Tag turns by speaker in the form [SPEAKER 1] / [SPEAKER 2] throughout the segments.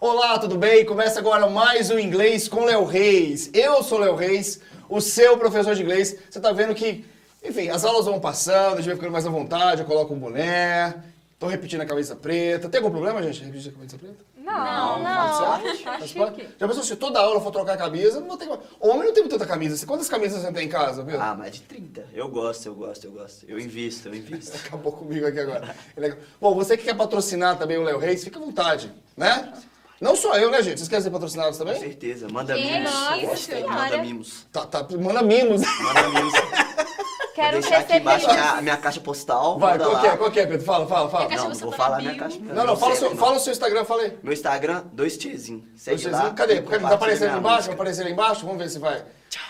[SPEAKER 1] Olá, tudo bem? Começa agora mais um Inglês com Léo Reis. Eu sou Léo Reis, o seu professor de inglês. Você tá vendo que, enfim, as aulas vão passando, a gente vai ficando mais à vontade, eu coloco um boné, tô repetindo a camisa preta. Tem algum problema, gente, repetir a camisa preta? Tá
[SPEAKER 2] Não,
[SPEAKER 1] Faz parte? Faz parte? Já pensou se toda aula eu for trocar a camisa, não vou ter que... Homem não tem muita camisa. Quantas camisas você tem em casa, Pedro?
[SPEAKER 3] Ah, mas de 30. Eu gosto, eu gosto, eu gosto. Eu invisto, eu invisto.
[SPEAKER 1] Acabou comigo aqui agora. É legal. Bom, você que quer patrocinar também o Léo Reis, fica à vontade, né? Não só eu, né, gente? Vocês querem ser patrocinados
[SPEAKER 3] Com
[SPEAKER 1] também?
[SPEAKER 3] certeza. Manda
[SPEAKER 2] Gente,
[SPEAKER 3] mimos.
[SPEAKER 2] nossa
[SPEAKER 3] Hashtag
[SPEAKER 2] senhora.
[SPEAKER 3] manda mimos.
[SPEAKER 1] Tá, tá, manda mimos.
[SPEAKER 3] Manda mimos. Vou
[SPEAKER 2] Quero
[SPEAKER 3] deixar aqui
[SPEAKER 2] receber
[SPEAKER 3] embaixo né? a
[SPEAKER 2] isso.
[SPEAKER 3] minha, minha caixa postal.
[SPEAKER 1] Vai,
[SPEAKER 3] manda
[SPEAKER 1] qual
[SPEAKER 3] lá.
[SPEAKER 1] que é? Qual que é, Pedro? Fala, fala, fala.
[SPEAKER 3] Não, não
[SPEAKER 4] Caixa
[SPEAKER 3] vou
[SPEAKER 4] postal
[SPEAKER 3] falar
[SPEAKER 4] na
[SPEAKER 3] minha
[SPEAKER 4] bio.
[SPEAKER 3] caixa.
[SPEAKER 1] Não, não, fala o
[SPEAKER 3] assim, sei, É
[SPEAKER 1] seu, fala o seu Instagram, fala aí.
[SPEAKER 3] Meu Instagram, dois tzinho. Segue
[SPEAKER 1] Vocês-
[SPEAKER 3] lá.
[SPEAKER 1] Cadê?
[SPEAKER 3] e
[SPEAKER 1] Porque não tá
[SPEAKER 3] compartilha
[SPEAKER 1] aparecendo
[SPEAKER 3] minha
[SPEAKER 1] aí embaixo? Vai
[SPEAKER 3] música.
[SPEAKER 1] aparecer aí embaixo? Vamos ver se vai.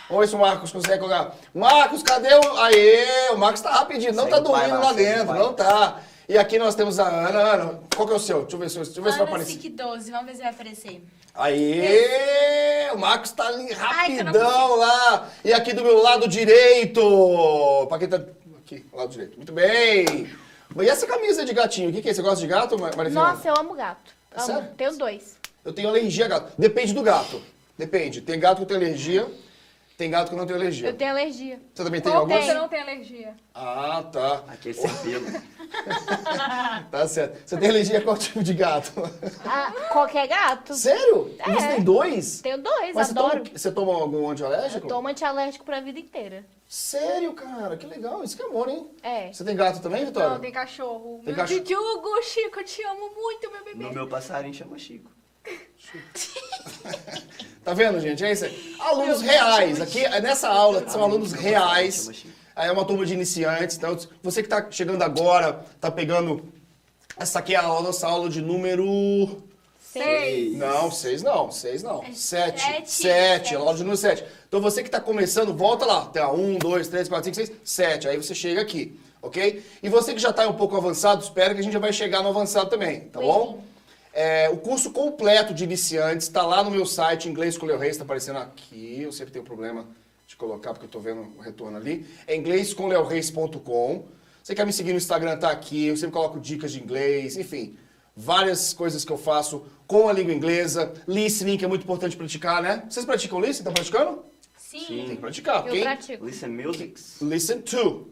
[SPEAKER 1] Vamos ver se o Marcos consegue colocar. Marcos, cadê o. Aê! O Marcos tá rapidinho, não
[SPEAKER 3] Segue
[SPEAKER 1] tá
[SPEAKER 3] o pai
[SPEAKER 1] dormindo
[SPEAKER 3] lá,
[SPEAKER 1] lá
[SPEAKER 3] segue o
[SPEAKER 1] dentro,
[SPEAKER 3] pai.
[SPEAKER 1] não tá. E aqui nós temos a Ana. Ana, qual que é o seu? Deixa eu ver se, deixa eu ver se vai
[SPEAKER 4] Ana
[SPEAKER 1] aparecer.
[SPEAKER 4] SIC 12, vamos ver se vai aparecer.
[SPEAKER 1] Aê! O Marcos tá ali
[SPEAKER 4] que eu não
[SPEAKER 1] rapidão lá. E aqui do meu lado direito. Pra quem tá. Aqui, lado direito. Muito bem. E essa camisa de gatinho? O que, que é? Você gosta de gato, Mar- Maria Fernanda?
[SPEAKER 2] Nossa, eu amo gato.
[SPEAKER 1] É sério?
[SPEAKER 2] Amo. Tenho dois.
[SPEAKER 1] Eu tenho alergia a gato. Depende do gato. Depende. Tem gato que eu tenho alergia, tem gato que eu não tenho alergia.
[SPEAKER 2] Eu tenho alergia.
[SPEAKER 1] Você também tem
[SPEAKER 2] Qual
[SPEAKER 1] alguns?
[SPEAKER 2] tem?
[SPEAKER 5] Você não tem alergia.
[SPEAKER 1] Ah, tá.
[SPEAKER 3] Aquele certelo.
[SPEAKER 1] Tá certo. Você tem alergia a qual tipo de gato?
[SPEAKER 2] Ah, qualquer gato.
[SPEAKER 1] Sério?
[SPEAKER 2] É.
[SPEAKER 1] Você tem dois?
[SPEAKER 2] Tenho dois,
[SPEAKER 1] Mas você toma,
[SPEAKER 2] adoro.
[SPEAKER 1] você toma algum antialérgico?
[SPEAKER 2] Tomo antialérgico pra vida inteira.
[SPEAKER 1] Sério, cara? Que legal. Isso que é amor, hein?
[SPEAKER 2] É.
[SPEAKER 1] Você tem gato também, Vitória?
[SPEAKER 5] Não, tem cachorro.
[SPEAKER 1] Tem
[SPEAKER 5] meu
[SPEAKER 1] cachorro.
[SPEAKER 5] Didjugo, Chico, eu te amo muito, meu bebê.
[SPEAKER 3] no meu passarinho chama Chico.
[SPEAKER 1] Tá vendo, gente? É isso aí. Alunos reais. Aqui, é nessa aula, são alunos reais. É uma turma de iniciantes. Então, você que tá chegando agora, tá pegando... Essa aqui é a aula- nossa aula de número...
[SPEAKER 5] Sei.
[SPEAKER 1] Não, seis não, seis não. Sete. Sete,
[SPEAKER 4] É sete,
[SPEAKER 1] sete.
[SPEAKER 4] sete.
[SPEAKER 1] logo de número sete. Então você que está começando, volta lá. Tem lá, um, dois, três, quatro, cinco, seis, sete. Aí você chega aqui, ok? E você que já está um pouco avançado, espera que a gente já vai chegar no avançado também, tá bom? É, o curso completo de iniciantes está lá no meu site, inglês com o Leo Reis, está aparecendo aqui. Eu sempre tenho problema de colocar, porque eu estou vendo o retorno ali. É inglêscomleoreis.com. Você quer me seguir no Instagram, tá aqui. Eu sempre coloco dicas de inglês, enfim várias coisas que eu faço com a língua inglesa, listening, que é muito importante praticar, né? Vocês praticam listening? Estão praticando?
[SPEAKER 4] Sim.
[SPEAKER 3] Sim.
[SPEAKER 1] Tem que praticar,
[SPEAKER 2] Eu
[SPEAKER 1] ok?
[SPEAKER 2] pratico.
[SPEAKER 3] Listen Musics.
[SPEAKER 1] Listen to.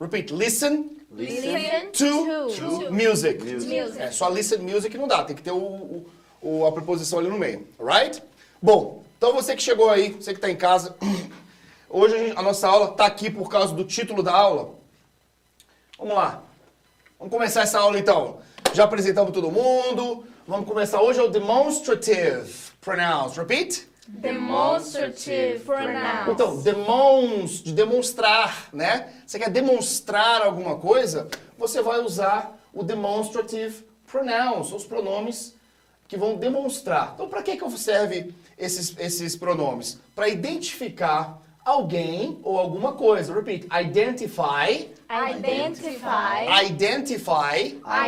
[SPEAKER 1] Repeat, listen
[SPEAKER 4] Listen
[SPEAKER 1] to,
[SPEAKER 4] to
[SPEAKER 1] music.
[SPEAKER 3] Music.
[SPEAKER 1] É, só listen music não dá, tem que ter o, o- o- a preposição ali no meio, alright? Bom, então você que chegou aí, você que está em casa, hoje a, gente- a nossa aula está aqui por causa do título da aula. Vamos lá. Vamos começar essa aula então. Já apresentamos todo mundo. Vamos começar hoje é o demonstrative pronouns. Repeat?
[SPEAKER 4] Demonstrative pronoun.
[SPEAKER 1] Então, demons, de demonstrar, né? Você quer demonstrar alguma coisa, você vai usar o demonstrative pronouns, os pronomes que vão demonstrar. Então, para que que serve esses, esses pronomes? Para identificar alguém ou alguma coisa. Repeat, identify,
[SPEAKER 4] Identify.
[SPEAKER 1] identify.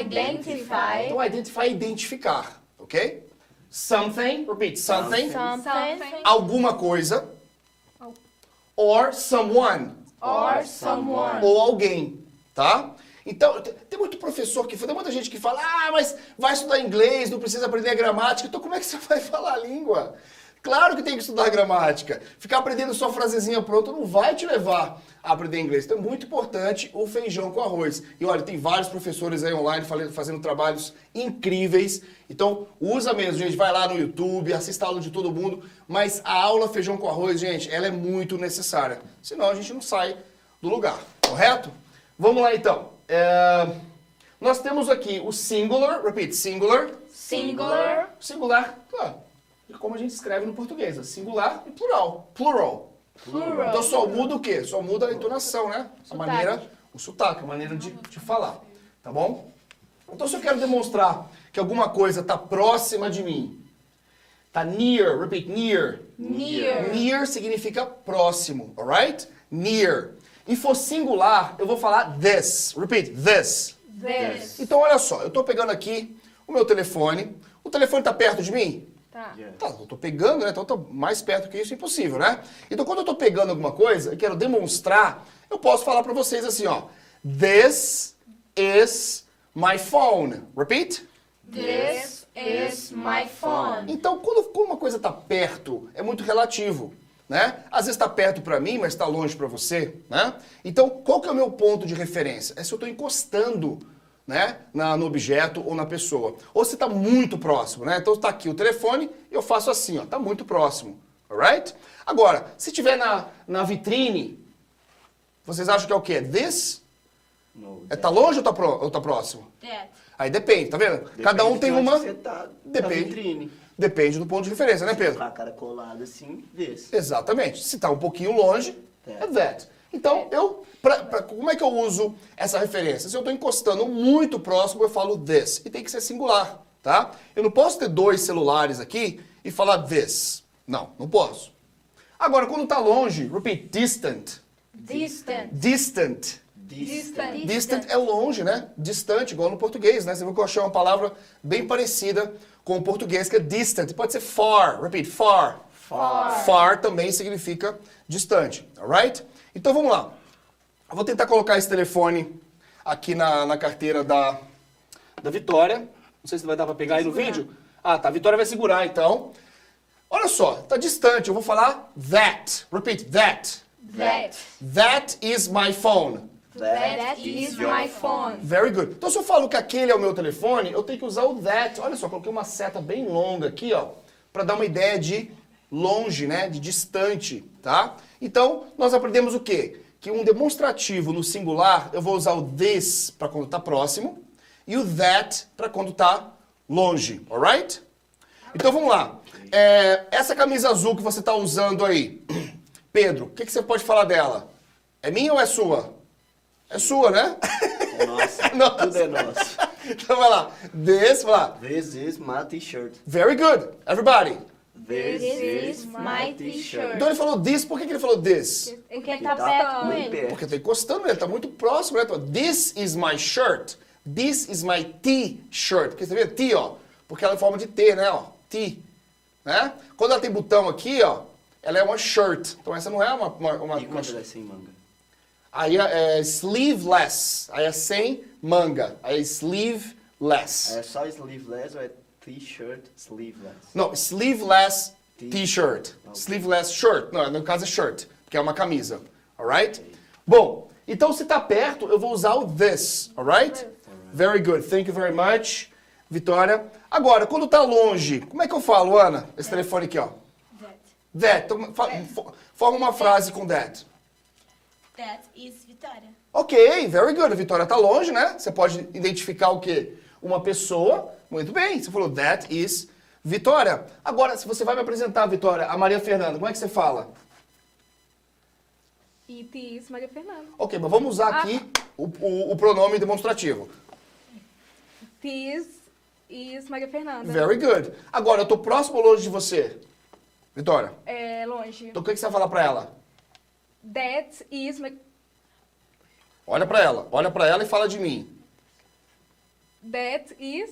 [SPEAKER 4] Identify.
[SPEAKER 1] Então, identify é identificar, ok? Something, repeat, something.
[SPEAKER 5] Something.
[SPEAKER 1] Alguma coisa. Or someone.
[SPEAKER 4] Or someone.
[SPEAKER 1] ou alguém, tá? Então, te- tem muito professor que fala, tem muita gente que fala, ah, mas vai estudar inglês, não precisa aprender a gramática. Então, como é que você vai falar a língua? Claro que tem que estudar gramática. Ficar aprendendo só frasezinha pronta não vai te levar a aprender inglês. Então, é muito importante o feijão com arroz. E olha, tem vários professores aí online fale- fazendo trabalhos incríveis. Então, usa mesmo, gente. Vai lá no YouTube, assista a aula de todo mundo. Mas a aula feijão com arroz, gente, ela é muito necessária. Senão a gente não sai do lugar, correto? Vamos lá então. É, Nós temos aqui o singular, repeat, singular.
[SPEAKER 4] Singular.
[SPEAKER 1] Singular, claro, é como a gente escreve no português, é singular e plural. Plural.
[SPEAKER 2] Plural.
[SPEAKER 1] Então só muda o quê? Só muda a entonação, né? A
[SPEAKER 2] Sotaque.
[SPEAKER 1] maneira, o sotaque, a maneira de, de falar, tá bom? Então se eu quero demonstrar que alguma coisa está próxima de mim, tá near, repeat, near.
[SPEAKER 4] Near.
[SPEAKER 1] Near significa próximo, alright? Near. E for singular, eu vou falar this. Repeat, this.
[SPEAKER 5] This.
[SPEAKER 1] Então, olha só, eu tô pegando aqui o meu telefone. O telefone tá perto de mim?
[SPEAKER 5] Tá.
[SPEAKER 3] Yeah.
[SPEAKER 1] Tá, eu tô pegando, né? Então tá mais perto que isso, impossível, né? Então quando eu tô pegando alguma coisa e quero demonstrar, eu posso falar pra vocês assim, ó. This is my phone. Repeat.
[SPEAKER 4] This
[SPEAKER 5] is my phone.
[SPEAKER 1] Então, quando, quando uma coisa está perto, é muito relativo. Né? Às vezes está perto para mim, mas está longe para você. Né? Então, qual que é o meu ponto de referência? É se eu estou encostando né, na, no objeto ou na pessoa. Ou se está muito próximo. Né? Então, está aqui o telefone, eu faço assim, está muito próximo. Alright? Agora, se tiver na, na vitrine, vocês acham que é o quê? This?
[SPEAKER 3] No-
[SPEAKER 1] É, tá longe ou tá, pró- ou tá próximo?
[SPEAKER 5] That.
[SPEAKER 1] Aí depende, tá vendo?
[SPEAKER 3] Depende
[SPEAKER 1] Cada um
[SPEAKER 3] de
[SPEAKER 1] tem
[SPEAKER 3] onde
[SPEAKER 1] uma.
[SPEAKER 3] Você tá,
[SPEAKER 1] Depende.
[SPEAKER 3] Da vitrine.
[SPEAKER 1] Depende do ponto de referência, né, Pedro?
[SPEAKER 3] Com a cara colada assim, desse.
[SPEAKER 1] Exatamente. Se está um pouquinho longe,
[SPEAKER 3] É.
[SPEAKER 1] é that. Então, eu. pra- pra- como é que eu uso essa referência? Se eu estou encostando muito próximo, eu falo this. E tem que ser singular, tá? Eu não posso ter dois celulares aqui e falar this. Não, não posso. Agora, quando está longe, repeat, distant.
[SPEAKER 4] Distant.
[SPEAKER 1] Distant.
[SPEAKER 3] Distante.
[SPEAKER 1] Distant é longe, né? Distante, igual no português, né? Você viu que eu achei uma palavra bem parecida com o português, que é distant. Pode ser far. Repeat, far. Far. Far também significa distante, alright? Então vamos lá. Eu vou tentar colocar esse telefone aqui na, na carteira da, da Vitória. Não sei se vai dar pra pegar aí no vídeo. Ah, tá. A Vitória vai segurar, então. Olha só, tá distante. Eu vou falar that. Repeat, that.
[SPEAKER 4] That.
[SPEAKER 1] That is my phone.
[SPEAKER 4] That is my phone.
[SPEAKER 1] Very good. Então, se eu falo que aquele é o meu telefone, eu tenho que usar o that. Olha só, coloquei uma seta bem longa aqui, ó, para dar uma ideia de longe, né, de distante, tá? Então, nós aprendemos o quê? Que um demonstrativo no singular, eu vou usar o this para quando tá próximo e o that para quando tá longe, alright? Então, vamos lá. É, essa camisa azul que você tá usando aí, Pedro, o que que você pode falar dela? É minha ou é sua? É sua, né?
[SPEAKER 3] É nosso.
[SPEAKER 1] Nossa.
[SPEAKER 3] Tudo é nosso.
[SPEAKER 1] Então vai lá. This, vai lá.
[SPEAKER 3] This is my t-shirt.
[SPEAKER 1] Very good, everybody.
[SPEAKER 3] This,
[SPEAKER 4] This is my t-shirt.
[SPEAKER 1] Então ele falou this, por que que ele falou this?
[SPEAKER 2] Porque ele tá
[SPEAKER 3] Tá
[SPEAKER 2] perto com
[SPEAKER 3] muito
[SPEAKER 2] ele.
[SPEAKER 3] perto.
[SPEAKER 1] Porque eu tô encostando, ele tá muito próximo, né? Então, This is my shirt. This is my t-shirt. Porque você vê T, ó. Porque ela é em forma de T, né? Ó, T. Né? Quando ela tem botão aqui, ó, ela é uma shirt. Então essa não é uma. uma, uma-
[SPEAKER 3] E
[SPEAKER 1] uma-
[SPEAKER 3] quando vai sem manga?
[SPEAKER 1] Aí é, é sleeveless. Aí é sem manga. Aí é sleeveless.
[SPEAKER 3] É só sleeveless ou é t-shirt sleeveless?
[SPEAKER 1] Não, sleeveless
[SPEAKER 3] T-
[SPEAKER 1] t-shirt.
[SPEAKER 3] Ok.
[SPEAKER 1] Sleeveless shirt. Não, no caso é shirt, porque é uma camisa. Alright? Bom, então se tá perto, eu vou usar o this. Alright? Very good. Thank you very much, Vitória. Agora, quando tá longe, como é que eu falo, Ana? Esse telefone aqui, ó.
[SPEAKER 5] That.
[SPEAKER 1] That. Então, fa- fo- forma uma frase com that.
[SPEAKER 5] That is Vitória.
[SPEAKER 1] Ok, very good. A Vitória tá longe, né? Você pode identificar o quê? Uma pessoa. Muito bem. Você falou that is Vitória. Agora, se você vai me apresentar, Vitória, a Maria Fernanda, como é que você fala?
[SPEAKER 5] It is Maria Fernanda.
[SPEAKER 1] Ok, mas vamos usar aqui o, o- o pronome demonstrativo.
[SPEAKER 5] This is Maria Fernanda.
[SPEAKER 1] Very good. Agora, eu tô próximo ou longe de você? Vitória.
[SPEAKER 5] É longe.
[SPEAKER 1] Então o que que você vai falar pra ela?
[SPEAKER 5] That is Ma-
[SPEAKER 1] Olha pra ela. Olha pra ela e fala de mim.
[SPEAKER 5] That is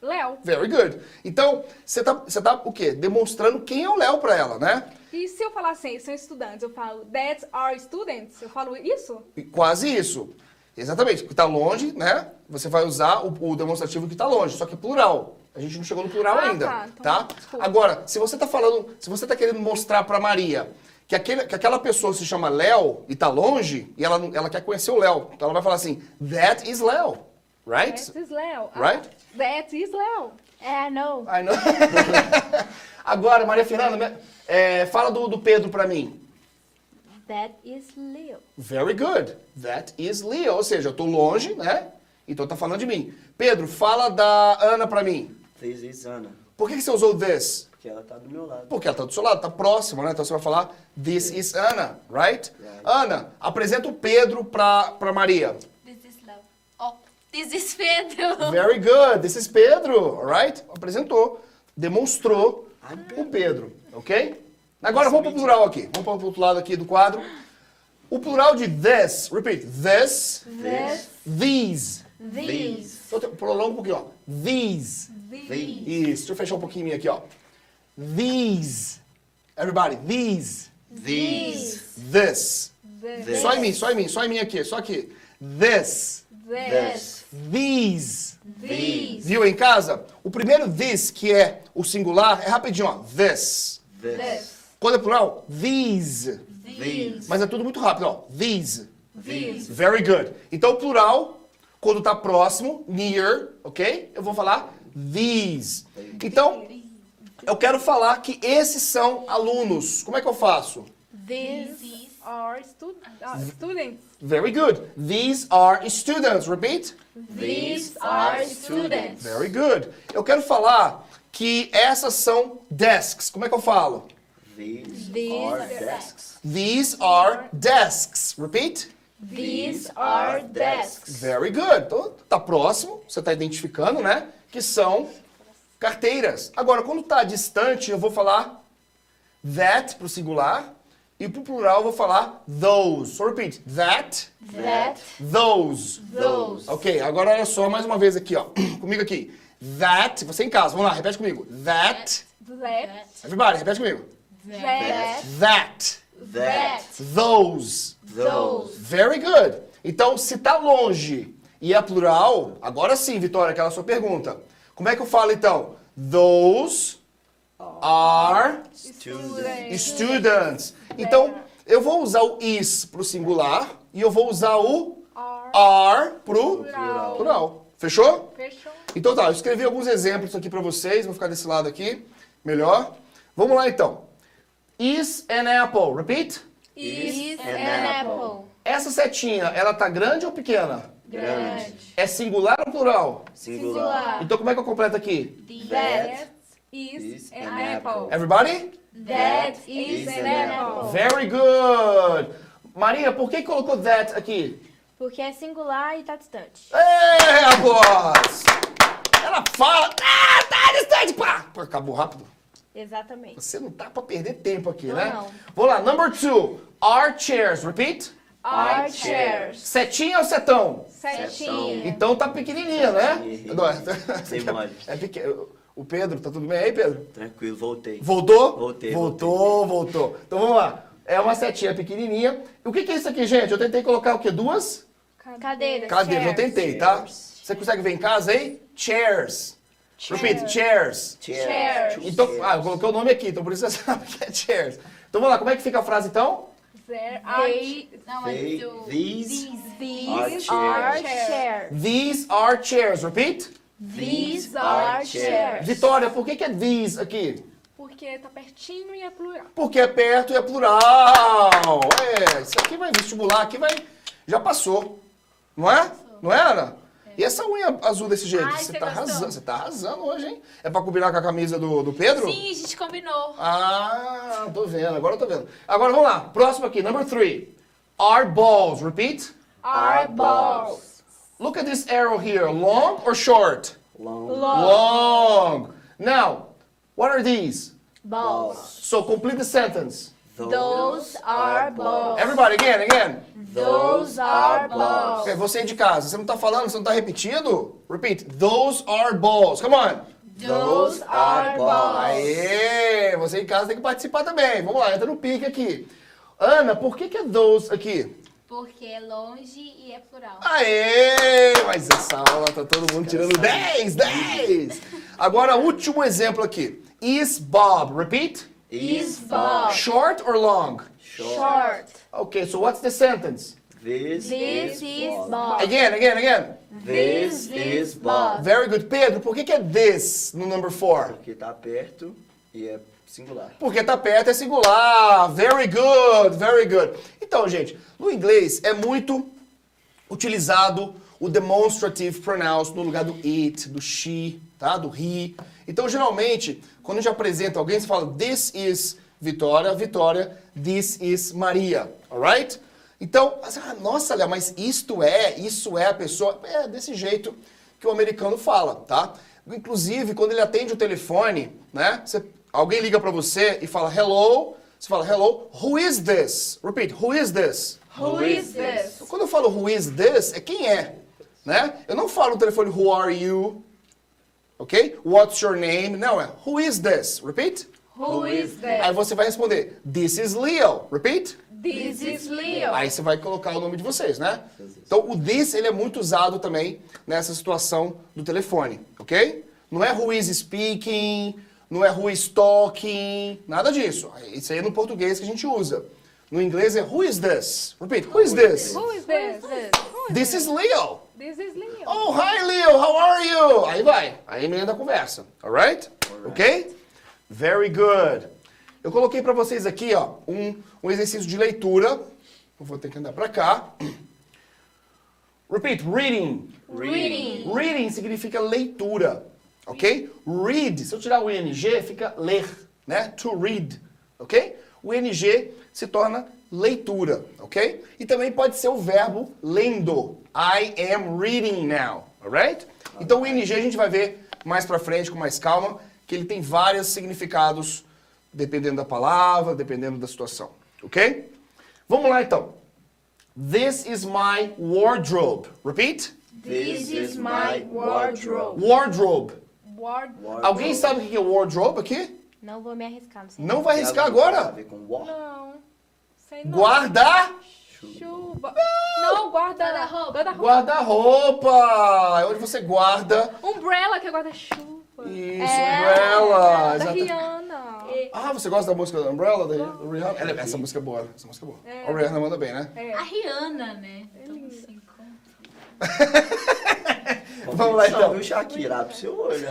[SPEAKER 5] Léo.
[SPEAKER 1] Very good. Então, você tá, você tá o quê? Demonstrando quem é o Léo pra ela, né?
[SPEAKER 5] E se eu falar assim, são estudantes, eu falo that are students, eu falo isso?
[SPEAKER 1] E Quase isso. Exatamente. Porque tá longe, né? Você vai usar o, o demonstrativo que tá longe, só que plural. A gente não chegou no plural
[SPEAKER 5] Ah, tá.
[SPEAKER 1] ainda,
[SPEAKER 5] Então,
[SPEAKER 1] tá?
[SPEAKER 5] desculpa.
[SPEAKER 1] Agora, se você tá falando, se você tá querendo mostrar pra Maria que, aquele, que aquela pessoa se chama Léo e tá longe, e ela, não- ela quer conhecer o Léo, então ela vai falar assim, that is Léo, right?
[SPEAKER 5] That is Léo. Ah,
[SPEAKER 1] Right?
[SPEAKER 5] That is Léo.
[SPEAKER 2] É, não.
[SPEAKER 1] I know. Agora, Maria Fernanda, me- é, fala do, do Pedro pra mim.
[SPEAKER 2] That is Leo.
[SPEAKER 1] Very good. That is Leo. Ou seja, eu tô longe, né? Então tá falando de mim. Pedro, fala da Ana pra mim.
[SPEAKER 3] This is Anna.
[SPEAKER 1] Por que, que você usou this?
[SPEAKER 3] Porque ela tá do meu lado.
[SPEAKER 1] Porque ela tá do seu lado, tá próximo, né? Então você vai falar this is Ana, right?
[SPEAKER 3] Right.
[SPEAKER 1] Ana, apresenta o Pedro pra, pra Maria.
[SPEAKER 4] This is love. Oh, this is Pedro.
[SPEAKER 1] Very good. This is Pedro, alright? Apresentou, demonstrou
[SPEAKER 3] I'm
[SPEAKER 1] o Pedro, ok? Agora vamos pro plural aqui. Vamos pro outro lado aqui do quadro. O plural de this, repeat, this,
[SPEAKER 3] This,
[SPEAKER 1] these.
[SPEAKER 2] These.
[SPEAKER 1] Então, tem- prolonga um pouquinho, ó. These.
[SPEAKER 3] these,
[SPEAKER 1] Isso. Deixa eu fechar um pouquinho minha aqui, ó. These. Everybody, these.
[SPEAKER 3] these,
[SPEAKER 1] This.
[SPEAKER 3] this,
[SPEAKER 1] Só em mim, só em mim, só em mim aqui, só aqui. This.
[SPEAKER 5] That.
[SPEAKER 3] this,
[SPEAKER 1] These.
[SPEAKER 3] these,
[SPEAKER 1] Viu em casa? O primeiro this, que é o singular, é rapidinho, ó. This.
[SPEAKER 3] This.
[SPEAKER 1] Quando é plural, these.
[SPEAKER 3] These.
[SPEAKER 1] Mas é tudo muito rápido, ó. These.
[SPEAKER 3] These.
[SPEAKER 1] Very good. Então, o plural, quando tá próximo, near, ok? Eu vou falar these. Então, eu quero falar que esses são alunos. Como é que eu faço?
[SPEAKER 2] These
[SPEAKER 5] Are stu- ah, students.
[SPEAKER 1] Very good. These are students. Repeat.
[SPEAKER 4] These are students.
[SPEAKER 1] Very good. Eu quero falar que essas são desks. Como é que eu falo?
[SPEAKER 3] These
[SPEAKER 2] These
[SPEAKER 3] are
[SPEAKER 2] are
[SPEAKER 3] desks.
[SPEAKER 1] These are desks. Repeat.
[SPEAKER 4] These are desks.
[SPEAKER 1] Very good. Então, tá próximo, você tá identificando, né? Que são carteiras. Agora, quando tá distante, eu vou falar that pro singular e pro plural eu vou falar those. So repeat. That,
[SPEAKER 2] that
[SPEAKER 1] those.
[SPEAKER 2] those
[SPEAKER 3] Oh,
[SPEAKER 1] Ok, agora olha só mais uma vez aqui, ó. Comigo aqui. That, você em casa, vamos lá, repete comigo. That,
[SPEAKER 5] That.
[SPEAKER 1] everybody, repete comigo.
[SPEAKER 5] That.
[SPEAKER 1] That,
[SPEAKER 3] That.
[SPEAKER 1] those.
[SPEAKER 3] Those.
[SPEAKER 1] Very good. Então, se tá longe e é plural, agora sim, Vitória, aquela sua pergunta. Como é que eu falo então? Those are
[SPEAKER 3] Students.
[SPEAKER 1] students. Então, eu vou usar o is pro singular e eu vou usar o
[SPEAKER 5] Are.
[SPEAKER 1] are pro
[SPEAKER 5] Plural.
[SPEAKER 1] plural. Fechou?
[SPEAKER 5] Fechou.
[SPEAKER 1] Então tá, eu escrevi alguns exemplos aqui pra vocês, vou ficar desse lado aqui, melhor. Vamos lá então. Is an apple, repeat.
[SPEAKER 3] Is
[SPEAKER 2] an apple
[SPEAKER 1] Essa setinha, ela tá grande ou pequena?
[SPEAKER 3] Grande.
[SPEAKER 1] É singular ou plural?
[SPEAKER 3] Singular.
[SPEAKER 1] Então como é que eu completo aqui?
[SPEAKER 5] That is an apple.
[SPEAKER 1] Everybody?
[SPEAKER 2] that is
[SPEAKER 3] Is
[SPEAKER 2] an
[SPEAKER 3] an
[SPEAKER 2] apple
[SPEAKER 1] Very good! Maria, por que colocou that aqui?
[SPEAKER 2] porque é singular e tá distante
[SPEAKER 1] É, rapaz! Ela fala. Ah, tá distante! Pá! Pô, acabou rápido.
[SPEAKER 2] exatamente
[SPEAKER 1] Você não tá pra perder tempo aqui, né?
[SPEAKER 2] Não.
[SPEAKER 1] Vamos lá, number two. Are chairs, repeat.
[SPEAKER 5] Are
[SPEAKER 3] chairs.
[SPEAKER 1] Setinha ou setão?
[SPEAKER 5] Setinha.
[SPEAKER 1] Então tá pequenininha, né?
[SPEAKER 3] Pequenininha.
[SPEAKER 1] Não,
[SPEAKER 3] Sem molhos.
[SPEAKER 1] É pequeno. O Pedro, tá tudo bem aí, Pedro?
[SPEAKER 3] Tranquilo, voltei.
[SPEAKER 1] Voltou?
[SPEAKER 3] Voltei,
[SPEAKER 1] Voltou, voltou. Então vamos lá. É uma setinha pequenininha. O que, que é isso aqui, gente? Eu tentei colocar o quê? Duas
[SPEAKER 2] Cadeiras.
[SPEAKER 1] cadeiras. Eu tentei, tá?
[SPEAKER 3] Chairs.
[SPEAKER 1] Você consegue ver em casa aí? Chairs. Repeat, chairs.
[SPEAKER 3] Chairs. Two
[SPEAKER 1] Então, ah, eu
[SPEAKER 3] chairs.
[SPEAKER 1] coloquei o nome aqui, então por isso você sabe que é chairs. Então vamos lá, como é que fica a frase então?
[SPEAKER 5] There are
[SPEAKER 2] they
[SPEAKER 4] Não, é
[SPEAKER 3] They,
[SPEAKER 4] do...
[SPEAKER 3] these
[SPEAKER 5] these
[SPEAKER 3] are
[SPEAKER 2] are chairs
[SPEAKER 1] These are chairs. Repeat.
[SPEAKER 2] these are chairs
[SPEAKER 1] Vitória, por que, que é these aqui?
[SPEAKER 5] porque tá pertinho e é plural.
[SPEAKER 1] Porque é perto e é plural. É, isso aqui vai vestibular, aqui vai. Já passou. Não é? Não é, Ana? E essa unha azul desse jeito?
[SPEAKER 4] Ai,
[SPEAKER 1] você
[SPEAKER 4] você
[SPEAKER 1] tá
[SPEAKER 4] gostou?
[SPEAKER 1] arrasando, você tá arrasando hoje, hein? É pra combinar com a camisa do, do Pedro?
[SPEAKER 4] Sim, a gente combinou.
[SPEAKER 1] Ah, tô vendo, agora eu tô vendo. Agora vamos lá, próximo aqui, number three. Are balls, repeat.
[SPEAKER 5] Are balls.
[SPEAKER 1] Look at this arrow here, long or short?
[SPEAKER 3] Long.
[SPEAKER 5] Long.
[SPEAKER 1] Long. Now, what are these?
[SPEAKER 2] balls
[SPEAKER 1] So complete the sentence.
[SPEAKER 2] those are balls
[SPEAKER 1] Everybody, again, again.
[SPEAKER 2] those are balls
[SPEAKER 1] Ok, É, você aí de casa, você não tá falando, você não tá repetindo? Repeat. Those are balls. Come on.
[SPEAKER 2] those are balls
[SPEAKER 1] Aê! Você em casa tem que participar também. Vamos lá, entra no pique aqui. Ana, por que, que é those aqui?
[SPEAKER 4] Porque é longe e é plural.
[SPEAKER 1] Aê! Mas essa aula tá todo mundo tirando 10, 10! Agora, último exemplo aqui. Is Bob, repeat.
[SPEAKER 2] is Bob.
[SPEAKER 1] Short or long?
[SPEAKER 3] Short.
[SPEAKER 2] short
[SPEAKER 1] Okay, so what's the sentence?
[SPEAKER 3] This,
[SPEAKER 2] this is balls
[SPEAKER 1] Again, again, again.
[SPEAKER 3] This is Bob.
[SPEAKER 1] Very good. Pedro, por que, que é this no number four?
[SPEAKER 3] Porque tá perto e é singular.
[SPEAKER 1] Porque tá perto é singular. Very good, very good. Então, gente, no inglês é muito utilizado o demonstrative pronouns no lugar do it, do she, tá? Do he. Então, geralmente, quando a gente apresenta alguém, você fala this is Vitória, Vitória, this is Maria, alright? Então, você fala, nossa, Léo, mas isto é, isso é a pessoa. É desse jeito que o americano fala, tá? Inclusive, quando ele atende o telefone, né? você- alguém liga pra você e fala hello, você fala hello, who is this? Repeat, who is this?
[SPEAKER 2] who is this
[SPEAKER 1] Então, Quando eu falo who is this, é quem é, né? Eu não falo no telefone who are you, ok? What's your name? Não, é who is this? Repeat.
[SPEAKER 2] Who is
[SPEAKER 1] Aí
[SPEAKER 2] that?
[SPEAKER 1] você vai responder, this is Leo. Repeat.
[SPEAKER 2] This is Leo.
[SPEAKER 1] Aí você vai colocar o nome de vocês, né? Então, o this, ele é muito usado também nessa situação do telefone, ok? Não é who is speaking, não é who is talking, nada disso. Isso aí é no português que a gente usa. No inglês é who is this? Repeat, who is this?
[SPEAKER 5] Who is this?
[SPEAKER 1] This is Leo.
[SPEAKER 5] This is Leo.
[SPEAKER 1] Oh, hi Leo, how are you? Aí vai, aí menina da conversa, alright? Ok? Very good. Eu coloquei pra vocês aqui, ó, um, um exercício de leitura. Eu vou ter que andar pra cá. Repeat, reading.
[SPEAKER 2] Reading.
[SPEAKER 1] Reading significa leitura, ok? Read, se eu tirar o ing, fica ler, né? To read, ok? O ing se torna leitura, ok? E também pode ser o verbo lendo. I am reading now, alright? Então o ing a gente vai ver mais pra frente, com mais calma, que ele tem vários significados, dependendo da palavra, dependendo da situação, ok? Vamos lá então. This is my wardrobe. Repeat.
[SPEAKER 2] This is my wardrobe.
[SPEAKER 1] Wardrobe.
[SPEAKER 5] Ward.
[SPEAKER 1] Alguém sabe o que é wardrobe aqui?
[SPEAKER 6] Não vou me arriscar, não sei.
[SPEAKER 1] Não vai arriscar agora?
[SPEAKER 3] Tem a ver com war?
[SPEAKER 5] Não. Sei não.
[SPEAKER 1] Guardar.
[SPEAKER 5] Chuva. Não, guarda-roupa. Guarda-roupa.
[SPEAKER 1] Guarda-roupa. É onde você guarda.
[SPEAKER 5] Umbrella, que é guarda-chuva.
[SPEAKER 1] Isso,
[SPEAKER 4] É. Tá
[SPEAKER 1] umbrella.
[SPEAKER 5] Da
[SPEAKER 1] Exata-
[SPEAKER 5] Rihanna.
[SPEAKER 1] Ah, você gosta da música da Umbrella? Da Rihanna? Ela- Essa música é boa, né? essa música é boa. A Rihanna manda bem, né?
[SPEAKER 4] A Rihanna, né? Então, assim, como-
[SPEAKER 1] Vamos lá, então.
[SPEAKER 3] Só viu Shakira, pro seu olho. né?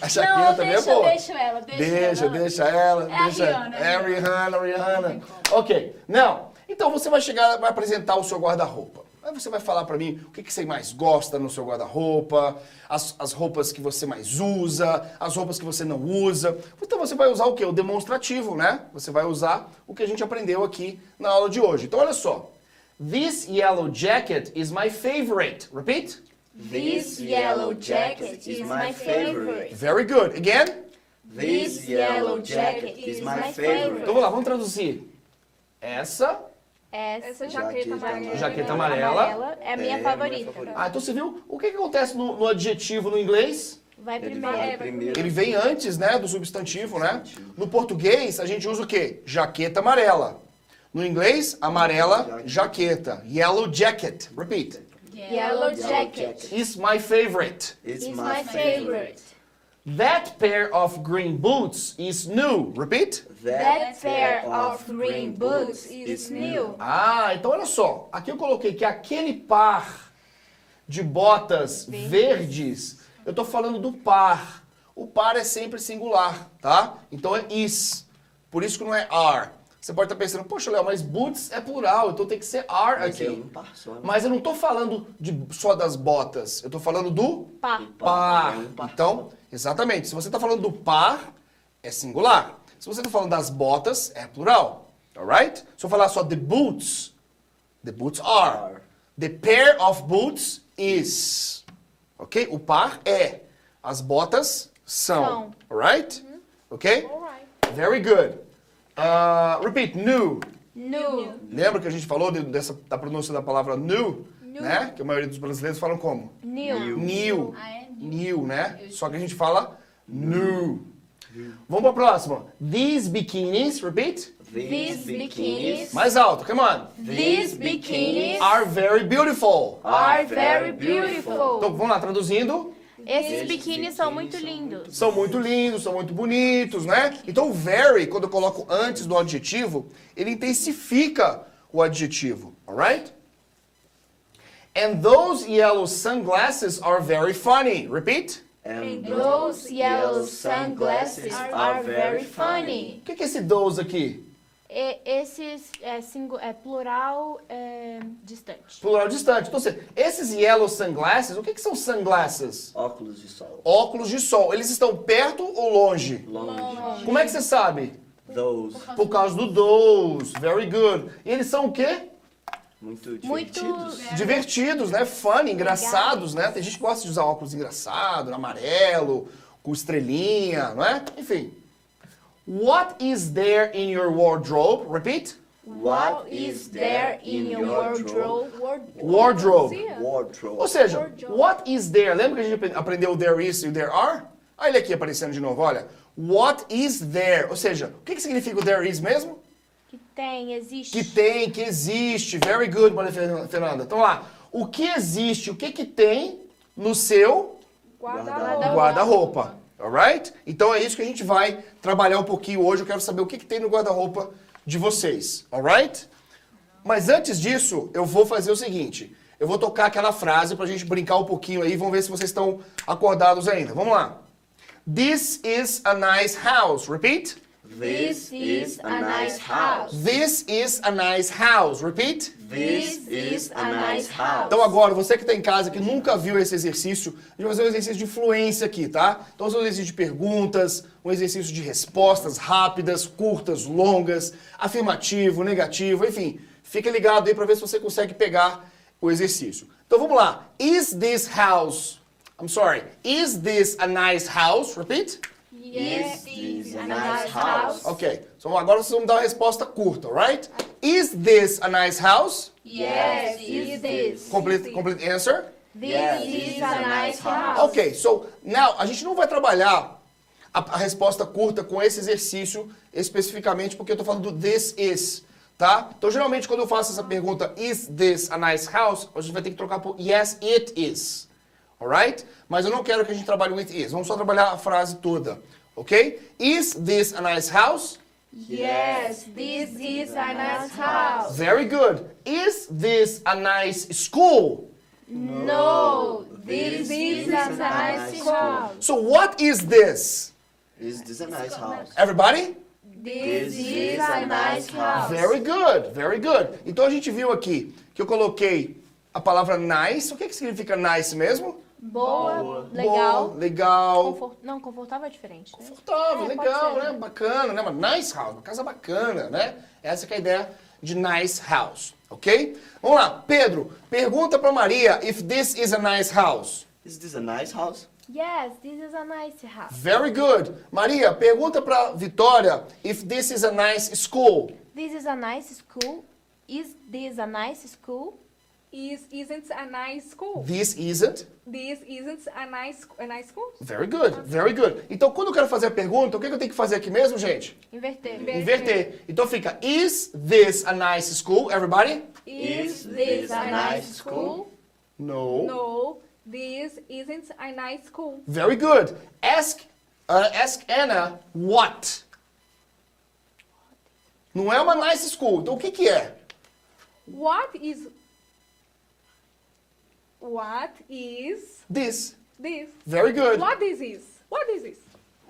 [SPEAKER 1] A Shakira
[SPEAKER 4] Não,
[SPEAKER 1] também é
[SPEAKER 4] deixa,
[SPEAKER 1] boa.
[SPEAKER 4] deixa ela, deixa,
[SPEAKER 1] Deixa,
[SPEAKER 4] ela.
[SPEAKER 1] deixa ela.
[SPEAKER 4] É a
[SPEAKER 1] deixa.
[SPEAKER 4] Rihanna,
[SPEAKER 1] É a
[SPEAKER 4] é a
[SPEAKER 1] Rihanna, Rihanna. Ok, não. Então você vai chegar, vai apresentar o seu guarda-roupa. Aí você vai falar pra mim o que, que você mais gosta no seu guarda-roupa, as, as roupas que você mais usa, as roupas que você não usa. Então você vai usar o quê? O demonstrativo, né? Você vai usar o que a gente aprendeu aqui na aula de hoje. Então olha só. This yellow jacket is my favorite. Repeat.
[SPEAKER 2] This yellow jacket is my favorite.
[SPEAKER 1] Very good. Again.
[SPEAKER 3] This yellow jacket is my
[SPEAKER 1] Então
[SPEAKER 3] favorite.
[SPEAKER 1] vamos lá, vamos traduzir. Essa
[SPEAKER 6] Essa
[SPEAKER 5] Essa é jaqueta
[SPEAKER 3] Jaqueta
[SPEAKER 5] amarela.
[SPEAKER 1] Jaqueta amarela.
[SPEAKER 6] é a
[SPEAKER 3] É,
[SPEAKER 6] minha
[SPEAKER 3] minha
[SPEAKER 6] favorita.
[SPEAKER 3] favorita.
[SPEAKER 1] Ah, então você viu o que, que acontece no, no adjetivo no inglês?
[SPEAKER 6] Vai
[SPEAKER 3] Ele
[SPEAKER 6] primeiro.
[SPEAKER 3] vai
[SPEAKER 5] vai
[SPEAKER 3] primeiro.
[SPEAKER 1] Ele vem antes, né, do substantivo, né? No português, a gente usa o quê? Jaqueta amarela. No inglês, amarela, jaqueta. Yellow jacket. Repeat.
[SPEAKER 2] Yellow jacket
[SPEAKER 3] jacket
[SPEAKER 1] Is my favorite.
[SPEAKER 3] is
[SPEAKER 2] is
[SPEAKER 3] my
[SPEAKER 2] my
[SPEAKER 3] favorite.
[SPEAKER 2] favorite.
[SPEAKER 1] That pair of green boots is new. Repeat.
[SPEAKER 2] That pair of green boots is new.
[SPEAKER 1] Ah, então olha só. Aqui eu coloquei que aquele par de botas verdes, eu tô falando do par. O par é sempre singular, tá? Então é is. Por isso que não é are. Você pode estar pensando, poxa, Léo, mas boots é plural, então tem que ser are
[SPEAKER 3] Mas
[SPEAKER 1] aqui.
[SPEAKER 3] é um par só, né?
[SPEAKER 1] Mas eu não tô falando de, só das botas, eu tô falando do
[SPEAKER 6] Pá.
[SPEAKER 1] par.
[SPEAKER 3] É um par
[SPEAKER 1] Então, exatamente. Se você está falando do par, é singular. Se você está falando das botas, é plural. Alright? Se eu falar só the boots, the boots are.
[SPEAKER 3] Are.
[SPEAKER 1] The pair of boots is. Ok? O par é. As botas são.
[SPEAKER 6] São.
[SPEAKER 1] Alright? Ok?
[SPEAKER 5] Alright.
[SPEAKER 1] Very good. Ah, repeat, new.
[SPEAKER 2] New.
[SPEAKER 1] Lembra que a gente falou de- dessa, da pronúncia da palavra new, né? Que a maioria dos brasileiros falam como?
[SPEAKER 6] New.
[SPEAKER 1] New.
[SPEAKER 4] Ah, é?
[SPEAKER 1] New, né? Só que a gente fala new. Vamos pra próxima. These bikinis, repeat.
[SPEAKER 3] These bikinis
[SPEAKER 1] Mais alto, come on.
[SPEAKER 2] These bikinis
[SPEAKER 1] Are very beautiful.
[SPEAKER 2] are very beautiful.
[SPEAKER 1] Então vamos lá, traduzindo.
[SPEAKER 6] Esses biquínis são muito lindos.
[SPEAKER 1] São muito lindos, são muito bonitos, né? Então o very, quando eu coloco antes do adjetivo, ele intensifica o adjetivo, alright? And those yellow sunglasses are very funny. Repeat.
[SPEAKER 3] And
[SPEAKER 2] Those yellow sunglasses are very funny.
[SPEAKER 1] O que que é esse those aqui?
[SPEAKER 6] E- esses é, singu- é plural é, distante.
[SPEAKER 1] Plural distante. Então, assim, esses yellow sunglasses, o que, que são sunglasses?
[SPEAKER 3] Óculos de sol.
[SPEAKER 1] Óculos de sol. Eles estão perto ou longe?
[SPEAKER 3] Longe.
[SPEAKER 1] Como é que você sabe?
[SPEAKER 3] Those.
[SPEAKER 1] Por causa do those. Very good. E eles são o quê?
[SPEAKER 3] Muito
[SPEAKER 6] Muito-
[SPEAKER 3] divertidos.
[SPEAKER 1] Divertidos, né? Funny, engraçados, né? Tem gente que gosta de usar óculos engraçado, amarelo, com estrelinha, não é? Enfim. What is there in your wardrobe? Repeat.
[SPEAKER 3] What is there in your wardrobe?
[SPEAKER 1] Wardrobe.
[SPEAKER 5] Sim.
[SPEAKER 1] Ou
[SPEAKER 3] Wardrobe.
[SPEAKER 1] seja, what is there? Lembra que a gente aprendeu o there is e o there are? Olha ele aqui aparecendo de novo, olha. What is there? Ou seja, o que, que significa o there is mesmo?
[SPEAKER 6] Que tem, existe.
[SPEAKER 1] Que tem, que existe. Very good, Maria Fern- Fernanda. Então lá, o que existe, o que que tem no seu
[SPEAKER 5] Guarda-roupa.
[SPEAKER 1] guarda-roupa. Alright? Então é isso que a gente vai trabalhar um pouquinho hoje. Eu quero saber o que, que tem no guarda-roupa de vocês. Alright? Mas antes disso, eu vou fazer o seguinte. Eu vou tocar aquela frase pra gente brincar um pouquinho aí. Vamos ver se vocês estão acordados ainda. Vamos lá. This is a nice house. Repeat.
[SPEAKER 3] This is a nice house.
[SPEAKER 1] This is a nice house. Repeat.
[SPEAKER 3] This is a nice house.
[SPEAKER 1] Então agora, você que está em casa, que nunca viu esse exercício, a gente vai fazer um exercício de fluência aqui, tá? Então são um exercício de perguntas, um exercício de respostas rápidas, curtas, longas, afirmativo, negativo, enfim. Fica ligado aí para ver se você consegue pegar o exercício. Então vamos lá. Is this house... I'm sorry. Is this a nice house? Repeat.
[SPEAKER 3] This is a nice house.
[SPEAKER 1] Ok. Então agora vocês vão me dar uma resposta curta, alright? Is this a nice house?
[SPEAKER 4] Yes, is this.
[SPEAKER 1] Complete, complete answer.
[SPEAKER 3] Yes,
[SPEAKER 6] This is a nice house.
[SPEAKER 1] Ah, Ok, so now a gente não vai trabalhar a, a resposta curta com esse exercício especificamente porque eu tô falando do this is, tá? Então geralmente quando eu faço essa pergunta is this a nice house, a gente vai ter que trocar por yes it is. Alright? Mas eu não quero que a gente trabalhe with is, vamos só trabalhar a frase toda, ok? Is this a nice house?
[SPEAKER 2] Yes, this is a nice house.
[SPEAKER 1] Very good. Is this a nice school?
[SPEAKER 2] No, this is a nice school.
[SPEAKER 1] So what is this?
[SPEAKER 3] Is this a nice house?
[SPEAKER 1] Everybody?
[SPEAKER 2] This is a nice house.
[SPEAKER 1] Very good, very good. Então a gente viu aqui que eu coloquei a palavra nice. O que, que significa nice mesmo?
[SPEAKER 6] Boa,
[SPEAKER 3] Boa.
[SPEAKER 6] legal.
[SPEAKER 1] Bom, legal.
[SPEAKER 6] Confort- Não, confortável é diferente. Né?
[SPEAKER 1] Confortável,
[SPEAKER 6] É,
[SPEAKER 1] legal,
[SPEAKER 6] pode ser.
[SPEAKER 1] né? Bacana, né? Uma nice house, uma casa bacana, né? Essa que é a ideia de nice house, ok? Vamos lá, Pedro, pergunta pra Maria if this is a nice house.
[SPEAKER 3] Is this a nice house?
[SPEAKER 6] Yes, this is a nice house.
[SPEAKER 1] Very good. Maria, pergunta pra Vitória if this is a nice school.
[SPEAKER 6] This is a nice school. Is this a nice school?
[SPEAKER 5] Is, isn't a nice school.
[SPEAKER 1] This isn't.
[SPEAKER 5] This isn't a nice, a nice school.
[SPEAKER 1] Very good, very good. Então, quando eu quero fazer a pergunta, o que que eu tenho que fazer aqui mesmo, gente?
[SPEAKER 6] Inverter.
[SPEAKER 5] Inver-
[SPEAKER 1] Inverter. Então fica, is this a nice school, everybody?
[SPEAKER 5] Is,
[SPEAKER 2] this a nice school?
[SPEAKER 1] No.
[SPEAKER 5] no, this isn't a nice school.
[SPEAKER 1] Very good. Ask, uh, ask Anna what? Não é uma nice school. Então o que que é?
[SPEAKER 5] What is... What is
[SPEAKER 1] This.
[SPEAKER 5] this?
[SPEAKER 1] Very good.
[SPEAKER 5] What is this? What is this?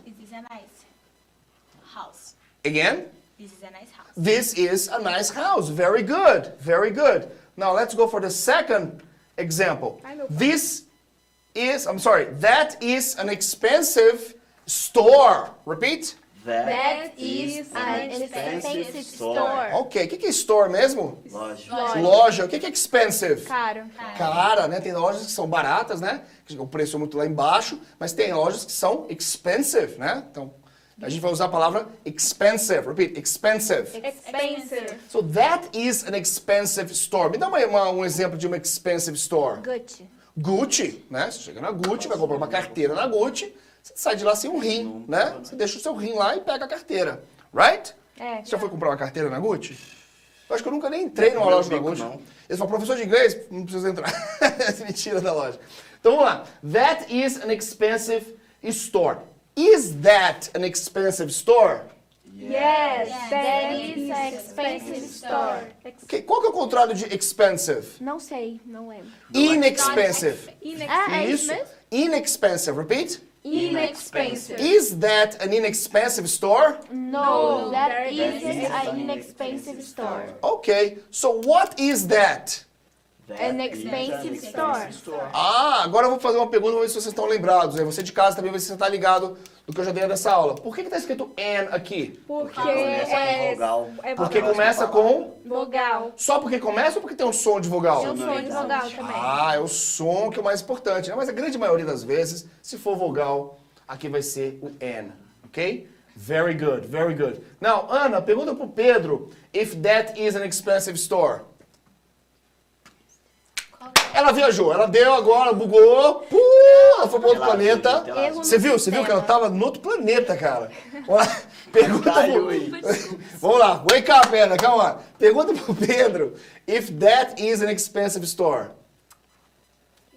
[SPEAKER 7] This is a nice house.
[SPEAKER 1] Again.
[SPEAKER 7] This is a nice house.
[SPEAKER 1] This is a nice house. Very good. Very good. Now let's go for the second example.
[SPEAKER 5] I know.
[SPEAKER 1] This is, I'm sorry, that is an expensive store. Repeat.
[SPEAKER 3] That
[SPEAKER 2] That is
[SPEAKER 6] Expensive
[SPEAKER 2] an expensive
[SPEAKER 6] store.
[SPEAKER 2] store.
[SPEAKER 1] Ok, o que, que é store mesmo?
[SPEAKER 3] loja.
[SPEAKER 1] Loja, o que, que é expensive?
[SPEAKER 6] Caro.
[SPEAKER 1] Cara, né? Tem lojas que são baratas, né? Que O preço é muito lá embaixo, mas tem lojas que são expensive, né? Então, a gente vai usar a palavra expensive. Repeat, expensive.
[SPEAKER 2] Expensive.
[SPEAKER 1] So that is an expensive store. Me dá uma, uma- um exemplo de uma expensive store.
[SPEAKER 6] Gut.
[SPEAKER 1] Gucci, né? Você chega na Gucci, vai comprar uma carteira na Gucci, você sai de lá sem um rim, né? Você deixa o seu rim lá e pega a carteira. Right?
[SPEAKER 6] É.
[SPEAKER 1] Você já foi comprar uma carteira na Gucci? Eu acho que eu nunca nem entrei numa
[SPEAKER 3] Não,
[SPEAKER 1] loja da
[SPEAKER 3] não,
[SPEAKER 1] Gucci.
[SPEAKER 3] não.
[SPEAKER 1] Eles falam, professor de inglês, não precisa entrar. Essa mentira da loja. Então vamos lá. That is an expensive store. Is that an expensive store?
[SPEAKER 2] Yes,
[SPEAKER 6] That
[SPEAKER 2] that
[SPEAKER 6] is
[SPEAKER 2] is
[SPEAKER 6] an
[SPEAKER 2] an
[SPEAKER 6] expensive
[SPEAKER 2] expensive
[SPEAKER 6] store.
[SPEAKER 1] Que- Qual que é o contrário de expensive?
[SPEAKER 6] Não sei, não lembro.
[SPEAKER 1] Inexpensive.
[SPEAKER 6] Ah, é isso
[SPEAKER 1] Isso.
[SPEAKER 6] mesmo?
[SPEAKER 1] Inexpensive. Repeat.
[SPEAKER 2] Inexpensive.
[SPEAKER 1] Is that an inexpensive store?
[SPEAKER 6] No,
[SPEAKER 5] No,
[SPEAKER 6] that
[SPEAKER 5] there
[SPEAKER 6] is
[SPEAKER 5] isn't
[SPEAKER 6] an inexpensive store.
[SPEAKER 1] Ok. So what is that?
[SPEAKER 3] That
[SPEAKER 6] An
[SPEAKER 3] is
[SPEAKER 6] expensive store.
[SPEAKER 3] expensive store.
[SPEAKER 1] Ah, agora eu vou fazer uma pergunta, vamos ver se vocês estão lembrados. Aí você de casa também, vai se você tá ligado do que eu já dei nessa aula. Por que que tá escrito an aqui?
[SPEAKER 5] Porque
[SPEAKER 3] começa com
[SPEAKER 5] é...
[SPEAKER 3] vogal.
[SPEAKER 5] é
[SPEAKER 1] Porque
[SPEAKER 5] vogal.
[SPEAKER 1] começa com...
[SPEAKER 5] Vogal.
[SPEAKER 1] Só porque começa ou porque tem um som de vogal?
[SPEAKER 6] Eu sou de vogal também.
[SPEAKER 1] Ah, é o som que é o mais importante, né? Mas a grande maioria das vezes, se for vogal, aqui vai ser o N, ok? Very good, very good. Now, Ana, pergunta pro Pedro if that is an expensive store. Ela viajou, ela deu agora, bugou. Puh, Ela foi para outro
[SPEAKER 3] Relaxa,
[SPEAKER 1] planeta.
[SPEAKER 3] gente, relaxa.
[SPEAKER 6] Eu-
[SPEAKER 1] Você viu? Você viu que ela tava no outro planeta, cara. Olha, lá, pergunta
[SPEAKER 3] Caiu
[SPEAKER 1] pro...
[SPEAKER 3] aí.
[SPEAKER 1] Vamos lá. Wake up, Ana. Calma. Pergunta pro Pedro. If that is an expensive store.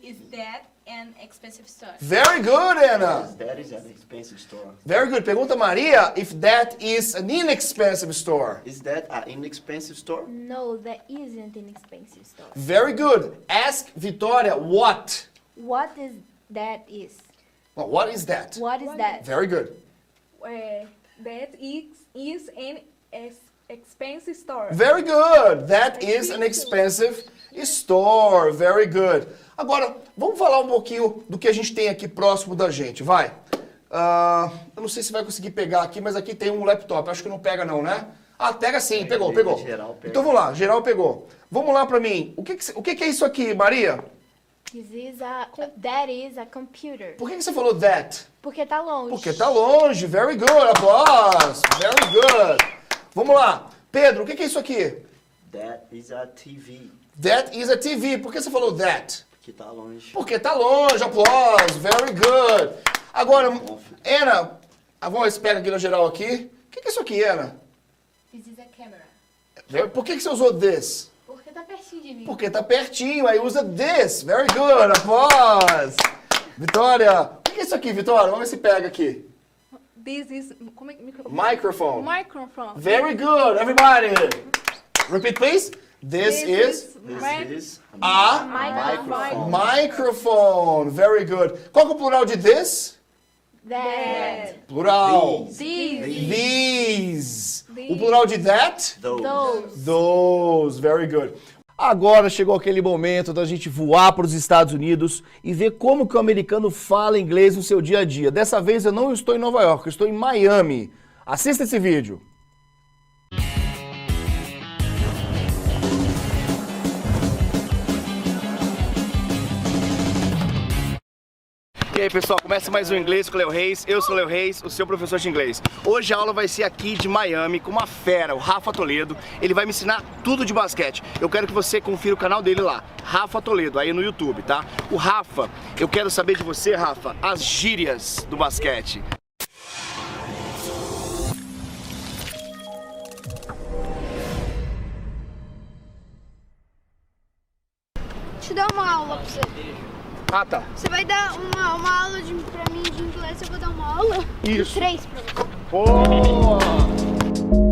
[SPEAKER 7] Is that an expensive store?
[SPEAKER 1] Very good, Ana.
[SPEAKER 3] é That is an expensive store.
[SPEAKER 1] Very good. Pergunta a Maria if that is an inexpensive store.
[SPEAKER 3] Is that an inexpensive store?
[SPEAKER 6] No, that isn't an expensive store.
[SPEAKER 1] Very good. Ask Vitória what.
[SPEAKER 6] What is that is?
[SPEAKER 1] Well, what is that?
[SPEAKER 6] What is that?
[SPEAKER 1] Very good.
[SPEAKER 5] É, Eh, that is, is an ex- expensive store.
[SPEAKER 1] Very good. That is an expensive store. Very good. Agora, vamos falar um pouquinho do que a gente tem aqui próximo da gente, vai. Ah, eu não sei se vai conseguir pegar aqui, mas aqui tem um laptop. Acho que não pega não, né? Ah, pega sim. Pegou,
[SPEAKER 3] pega,
[SPEAKER 1] pegou.
[SPEAKER 3] geral pega.
[SPEAKER 1] Então vamos lá. Geral pegou. Vamos lá pra mim. O que que, cê- o que que é isso aqui, Maria?
[SPEAKER 6] This is a, that is a computer.
[SPEAKER 1] Por que, que você falou that?
[SPEAKER 6] Porque tá longe.
[SPEAKER 1] Porque tá longe. Very good. Aplausos. Very good. Vamos lá. Pedro, o que que é isso aqui?
[SPEAKER 3] That is a TV.
[SPEAKER 1] That is a TV. Por que você falou that?
[SPEAKER 3] Que tá longe.
[SPEAKER 1] Porque tá longe, aplausos, very good. Agora, Ana, a voz pega aqui no geral aqui. O que, que é isso aqui, Ana?
[SPEAKER 2] This is a camera.
[SPEAKER 1] Por que, que você usou this?
[SPEAKER 2] Porque tá pertinho de mim.
[SPEAKER 1] Porque tá pertinho, aí usa this. Very good, aplausos. Vitória, o que, que é isso aqui, Vitória? Vamos ver se pega aqui.
[SPEAKER 5] This is... Como é que... micro-
[SPEAKER 1] Microphone.
[SPEAKER 5] Microphone.
[SPEAKER 1] Very good, everybody. Repeat, please. This is
[SPEAKER 5] my-
[SPEAKER 3] This is
[SPEAKER 1] a
[SPEAKER 3] microphone.
[SPEAKER 1] microphone. Very good. Qual que é o plural de this?
[SPEAKER 6] That.
[SPEAKER 1] Plural.
[SPEAKER 3] These.
[SPEAKER 5] This.
[SPEAKER 1] These. O
[SPEAKER 5] These.
[SPEAKER 1] plural de that?
[SPEAKER 3] Those.
[SPEAKER 6] Those.
[SPEAKER 1] Those. Very good. Agora chegou aquele momento da gente voar para os Estados Unidos e ver como que o americano fala inglês no seu dia a dia. Dessa vez eu não estou em Nova York, eu estou em Miami. Assista esse vídeo. E aí pessoal, começa mais um Inglês com o Léo Reis. Eu sou o Léo Reis, o seu professor de inglês. Hoje a aula vai ser aqui de Miami com uma fera, o Rafa Toledo. Ele vai me ensinar tudo de basquete. Eu quero que você confira o canal dele lá, Rafa Toledo, aí no YouTube, tá? O Rafa, eu quero saber de você, Rafa, as gírias do basquete.
[SPEAKER 8] te dar uma aula pra você.
[SPEAKER 1] Ah, tá.
[SPEAKER 8] Você vai dar uma, uma aula de, pra mim de inglês, eu vou dar uma aula?
[SPEAKER 1] Isso.
[SPEAKER 8] Três pra você.
[SPEAKER 1] Boa!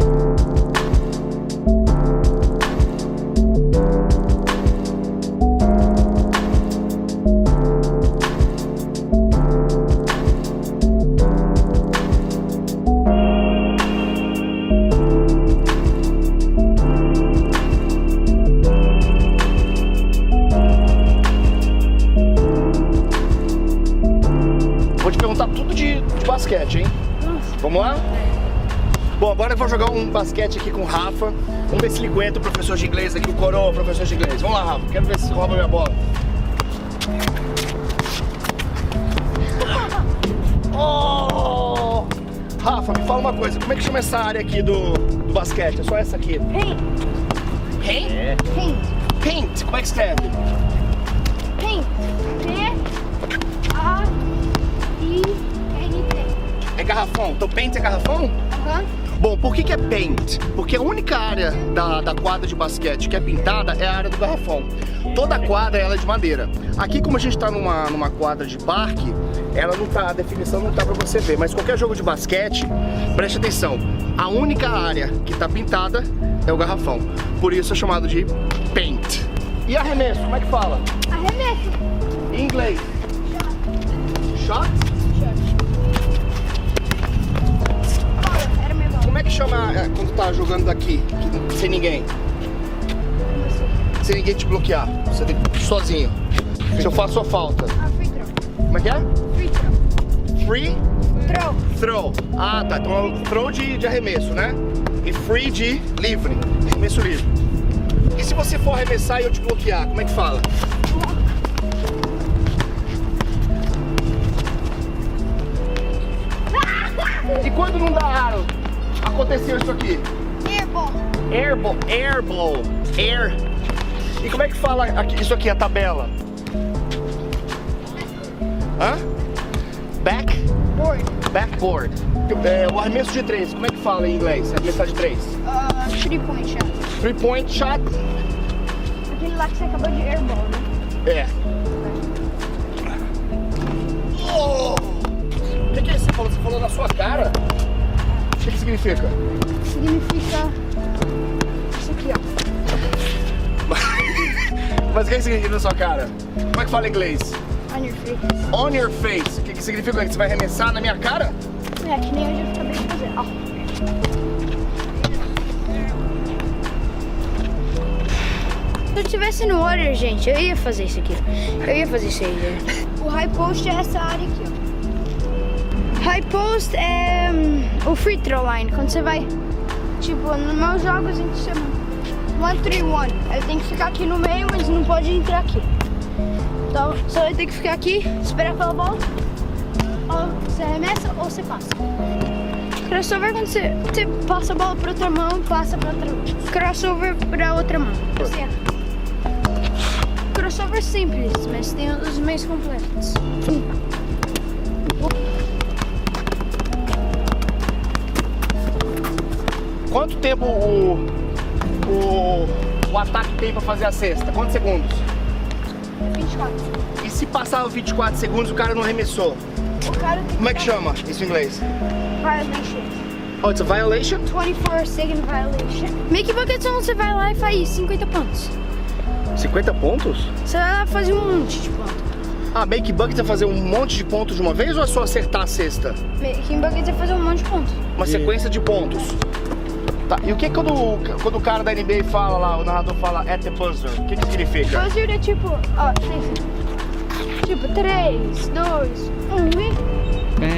[SPEAKER 1] Vou te perguntar tudo de, de basquete, hein? Vamos lá? Bom, agora eu vou jogar um basquete aqui com o Rafa. Vamos ver se ele aguenta o professor de inglês aqui, o coroa, o professor de inglês. Vamos lá, Rafa. Quero ver se rouba minha bola. Oh! Rafa, me fala uma coisa. Como é que chama essa área aqui do, do basquete? É só essa aqui.
[SPEAKER 8] Paint,
[SPEAKER 1] Paint?
[SPEAKER 8] paint,
[SPEAKER 1] Paint. Como é que escreve?
[SPEAKER 8] paint. P, A, I, N, T.
[SPEAKER 1] É garrafão. Então, paint é garrafão?
[SPEAKER 8] Aham.
[SPEAKER 1] Bom, por que, que é paint? Porque a única área da, da quadra de basquete que é pintada é a área do garrafão. Toda a quadra ela é de madeira. Aqui, como a gente está numa, numa quadra de parque, ela não tá, a definição não tá para você ver, mas qualquer jogo de basquete, preste atenção, a única área que está pintada é o garrafão. Por isso é chamado de paint. E arremesso, como é que fala?
[SPEAKER 8] Arremesso.
[SPEAKER 1] Em inglês. Shot?
[SPEAKER 8] Bola, era minha bola.
[SPEAKER 1] Como é que chama é, quando tá jogando daqui, que- sem ninguém? Sem ninguém te bloquear. Você tem que ir sozinho. Se eu faço a falta.
[SPEAKER 8] Ah, free throw.
[SPEAKER 1] Como é que é?
[SPEAKER 8] Free throw.
[SPEAKER 1] Free
[SPEAKER 8] Throw.
[SPEAKER 1] throw. Ah, tá. Então é o throw de, de arremesso, né? E free de livre. Arremesso livre. E se você for arremessar e eu te bloquear, como é que fala? E quando não dá aro? Aconteceu isso aqui.
[SPEAKER 8] E bola.
[SPEAKER 1] Airball, airball, air. E como é que fala aqui- isso aqui, a tabela? Hã? Back?
[SPEAKER 8] Board.
[SPEAKER 1] Backboard. É, o arremesso de três, como é que fala em inglês? Arremessar de três.
[SPEAKER 8] Ah, three point shot.
[SPEAKER 1] Three point shot.
[SPEAKER 8] Aquele lá que você acabou de airball, né?
[SPEAKER 1] É. Oh! O que, que é isso que você falou? Você falou na sua cara? O que, que significa?
[SPEAKER 8] Significa isso aqui, ó.
[SPEAKER 1] Mas o que, que significa na sua cara? Como é que fala em inglês?
[SPEAKER 8] On your face.
[SPEAKER 1] On your face. O que, que significa? Que você vai arremessar na minha cara?
[SPEAKER 8] É, que nem hoje eu acabei de fazer. Ó.
[SPEAKER 2] Se eu tivesse no Warrior, gente, eu ia fazer isso aqui. Eu ia fazer isso aí, gente.
[SPEAKER 8] O high post é essa área aqui, ó.
[SPEAKER 2] High post é hum, o free throw line, quando você vai.
[SPEAKER 8] Tipo, nos meus jogos a gente chama one three one. Aí tem que ficar aqui no meio, mas não pode entrar aqui. Então, você vai ter que ficar aqui, esperar pela bola. Ou você arremessa ou você passa.
[SPEAKER 2] Crossover quando você, você
[SPEAKER 8] Passa a bola pra outra mão, passa pra outra mão.
[SPEAKER 2] crossover pra outra mão.
[SPEAKER 8] Assim, ó. Crossover simples, mas tem os meios completos.
[SPEAKER 1] Quanto tempo o, o, o ataque tem pra fazer a cesta? Quantos segundos?
[SPEAKER 8] 24.
[SPEAKER 1] E se passava 24 segundos o cara não arremessou?
[SPEAKER 8] O cara tem
[SPEAKER 1] Como é que chama isso em inglês?
[SPEAKER 8] violation.
[SPEAKER 1] Oh, it's a violation?
[SPEAKER 8] 24 second violation.
[SPEAKER 2] Meio que porque senão você vai lá e faz 50 pontos.
[SPEAKER 1] 50 pontos?
[SPEAKER 2] Você vai lá fazer um monte de pontos.
[SPEAKER 1] Ah, make bucket é fazer um monte de pontos de uma vez ou é só acertar a cesta?
[SPEAKER 8] Quem bagulho é fazer um monte de pontos.
[SPEAKER 1] Uma sequência de pontos. Tá, e o que quando, o- quando o cara da NBA fala lá, o narrador fala at the buzzer, o que que significa?
[SPEAKER 8] Buzzer é tipo, ó, tem assim. Tipo, 3, 2, 1 e. Mas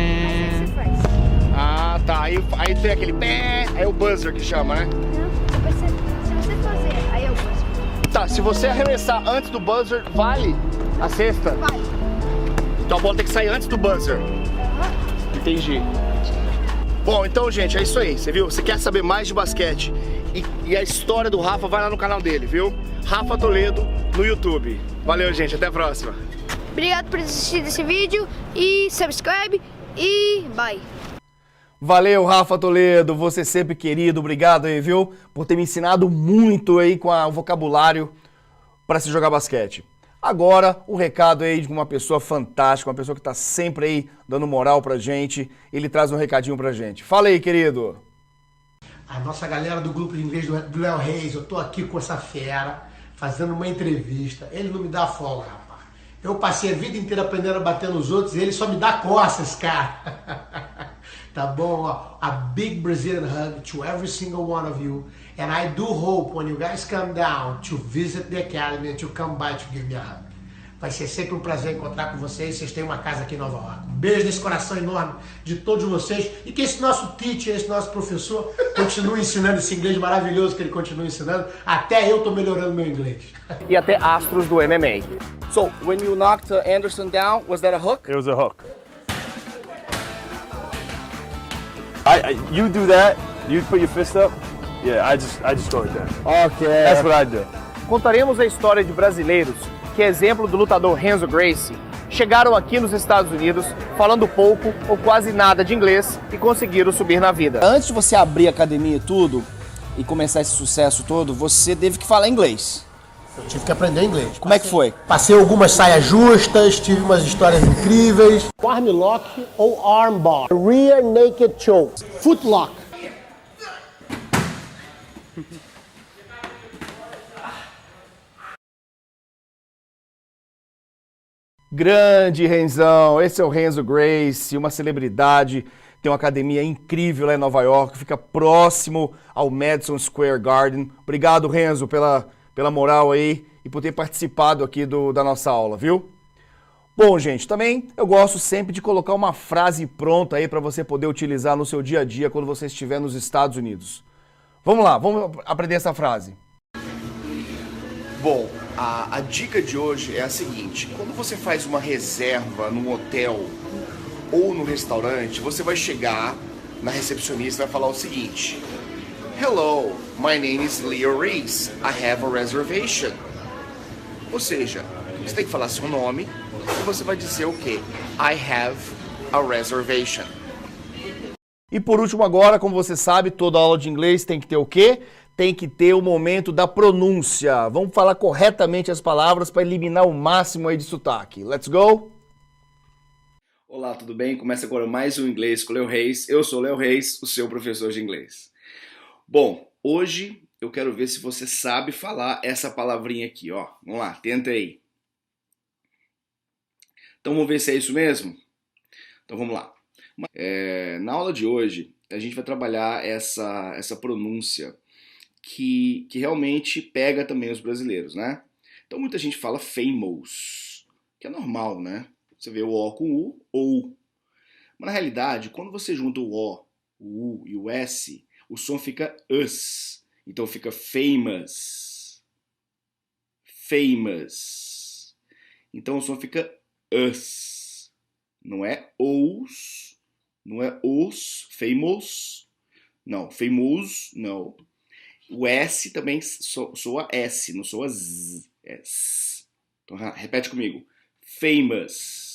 [SPEAKER 8] aí você faz. né?
[SPEAKER 1] Ah, tá, aí, aí tem aquele pé, aí é o buzzer que chama, né?
[SPEAKER 8] Né? Depois você, se você fazer, aí eu faço.
[SPEAKER 1] Tá, se você arremessar antes do buzzer, vale a cesta?
[SPEAKER 8] Vai.
[SPEAKER 1] Então a bola tem que sair antes do buzzer. Entendi. Bom, então, gente, é isso aí. Você viu? Você quer saber mais de basquete e, e a história do Rafa, vai lá no canal dele, viu? Rafa Toledo no YouTube. Valeu, gente. Até a próxima.
[SPEAKER 8] Obrigado por assistir esse vídeo e subscribe e bye.
[SPEAKER 1] Valeu, Rafa Toledo, você sempre querido, obrigado aí, viu? Por ter me ensinado muito aí com a- o vocabulário para se jogar basquete. Agora, o recado aí de uma pessoa fantástica, uma pessoa que tá sempre aí dando moral pra gente, ele traz um recadinho pra gente. Fala aí, querido.
[SPEAKER 9] a nossa galera do grupo de inglês do do Léo Reis, eu tô aqui com essa fera, fazendo uma entrevista. Ele não me dá folga, rapaz. Eu passei a vida inteira aprendendo a bater nos outros e ele só me dá costas, cara. tá bom? Ó, a big Brazilian hug to every single one of you. And I do hope when you guys come down to visit the academy to come by to give me a hug. Vai ser sempre um prazer encontrar com vocês. Vocês têm uma casa aqui em Nova York. Um beijo nesse coração enorme de todos vocês. E que esse nosso teacher, esse nosso professor, continue ensinando esse inglês maravilhoso que ele continua ensinando. Até eu tô melhorando meu inglês.
[SPEAKER 1] E até astros do MMA. So, when you knocked Anderson down, was that a hook?
[SPEAKER 10] It was a hook. I, I you do that, you put your fist up. Yeah, I just I just go like that.
[SPEAKER 1] Okay.
[SPEAKER 10] That's what I do.
[SPEAKER 1] contaremos a história de brasileiros que, exemplo do lutador Renzo Gracie, chegaram aqui nos Estados Unidos falando pouco ou quase nada de inglês e conseguiram subir na vida. Antes de você abrir a academia e tudo e começar esse sucesso todo, você teve que falar inglês.
[SPEAKER 9] Eu tive que aprender inglês.
[SPEAKER 1] Como é que foi?
[SPEAKER 9] Passei algumas saias justas, tive umas histórias incríveis. Arm lock ou arm bar. Rear naked choke. Foot lock.
[SPEAKER 1] Grande Renzão, esse é o Renzo Grace, uma celebridade, tem uma academia incrível lá em Nova York, fica próximo ao Madison Square Garden. Obrigado, Renzo, pela, pela moral aí e por ter participado aqui do, da nossa aula, viu? Bom, gente, também eu gosto sempre de colocar uma frase pronta aí para você poder utilizar no seu dia a dia quando você estiver nos Estados Unidos. Vamos lá, vamos ap- aprender essa frase. Bom, a, a dica de hoje é a seguinte: quando você faz uma reserva num hotel ou no restaurante, você vai chegar na recepcionista e vai falar o seguinte: Hello, my name is Leo Reese. I have a reservation. Ou seja, você tem que falar seu nome, e você vai dizer o quê? I have a reservation. E por último agora, como você sabe, toda aula de inglês tem que ter o quê? Tem que ter o momento da pronúncia. Vamos falar corretamente as palavras para eliminar o máximo aí de sotaque. Let's go!
[SPEAKER 11] Olá, tudo bem? Começa agora mais um Inglês com o Léo Reis. Eu sou o Léo Reis, o seu professor de inglês. Bom, hoje eu quero ver se você sabe falar essa palavrinha aqui, ó. Vamos lá, tenta aí. Então vamos ver se é isso mesmo? Então vamos lá. É, na aula de hoje, a gente vai trabalhar essa, essa pronúncia que, que realmente pega também os brasileiros, né? Então muita gente fala famous, que é normal, né? Você vê o O com o U ou. Mas na realidade, quando você junta o O, o U e o S, o som fica us. Então fica famous. Famous. Então o som fica us. Não é os, não é os, famous. Não, famous, não. O S também so- soa S, não soa Z. É S. Então ra- repete comigo. Famous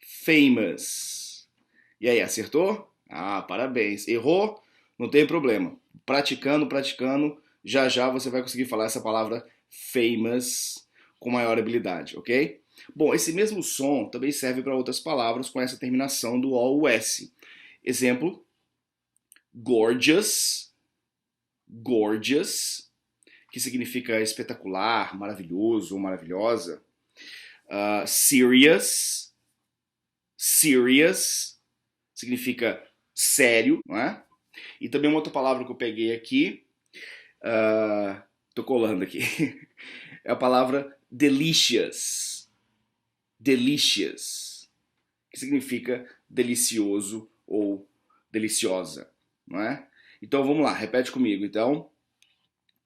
[SPEAKER 11] famous. E aí, acertou? Ah, parabéns. Errou? Não tem problema. Praticando, praticando, já já você vai conseguir falar essa palavra famous com maior habilidade, ok? Bom, esse mesmo som também serve para outras palavras com essa terminação do O ou S. Exemplo: gorgeous, gorgeous, que significa espetacular, maravilhoso ou maravilhosa. Ah, serious, serious significa sério, não é? E também uma outra palavra que eu peguei aqui, ah, tô colando aqui, é a palavra delicious, delicious, que significa delicioso ou deliciosa, não é? Então vamos lá, repete comigo. Então,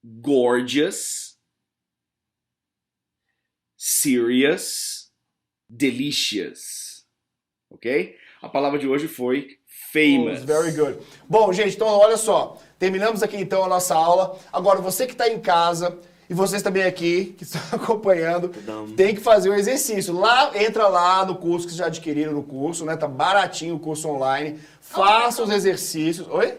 [SPEAKER 11] gorgeous, serious, delicious. ok? A palavra de hoje foi famous.
[SPEAKER 1] Oh, Very good. Bom, gente, então olha só. Terminamos aqui então a nossa aula. Agora, você que está em casa e vocês também aqui que estão acompanhando, tem que fazer um exercício. Lá, entra lá no curso que vocês já adquiriram no curso, né? Tá baratinho o curso online. Faça os exercícios. Oi?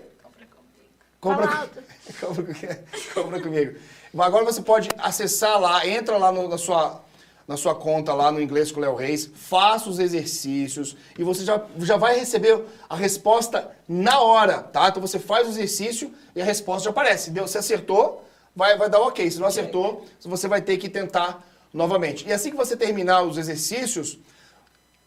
[SPEAKER 1] Compra comigo. Compra, com- compra comigo. Agora você pode acessar lá, entra lá no- na sua na sua conta lá no Inglês com o Léo Reis, faça os exercícios e você já, já vai receber a resposta na hora, tá? Então você faz o exercício e a resposta já aparece. Deu, se acertou, vai, vai dar ok. Se não acertou, você vai ter que tentar novamente. E assim que você terminar os exercícios,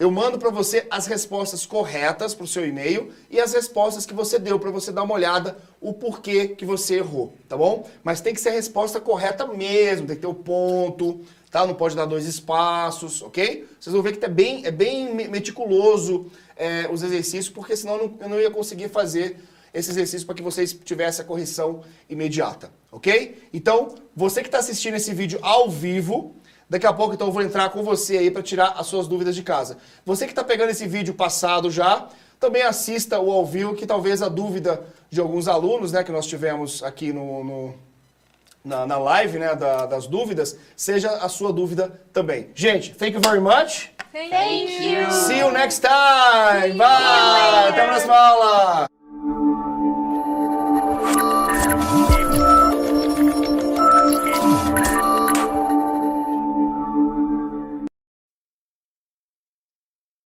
[SPEAKER 1] eu mando para você as respostas corretas para o seu e-mail e as respostas que você deu para você dar uma olhada o porquê que você errou, tá bom? Mas tem que ser a resposta correta mesmo, tem que ter o ponto, tá? Não pode dar dois espaços, ok? Vocês vão ver que é bem, é bem me- meticuloso é, os exercícios, porque senão eu não, eu não ia conseguir fazer esse exercício para que vocês tivessem a correção imediata, ok? Então, você que está assistindo esse vídeo ao vivo, Daqui a pouco, então, eu vou entrar com você aí para tirar as suas dúvidas de casa. Você que está pegando esse vídeo passado já, também assista o ao vivo, que talvez a dúvida de alguns alunos, né, que nós tivemos aqui no, no- na, na live, né, da- das dúvidas, seja a sua dúvida também. Gente, thank you very much.
[SPEAKER 5] Thank
[SPEAKER 1] See you next time. Bye. Até a próxima aula.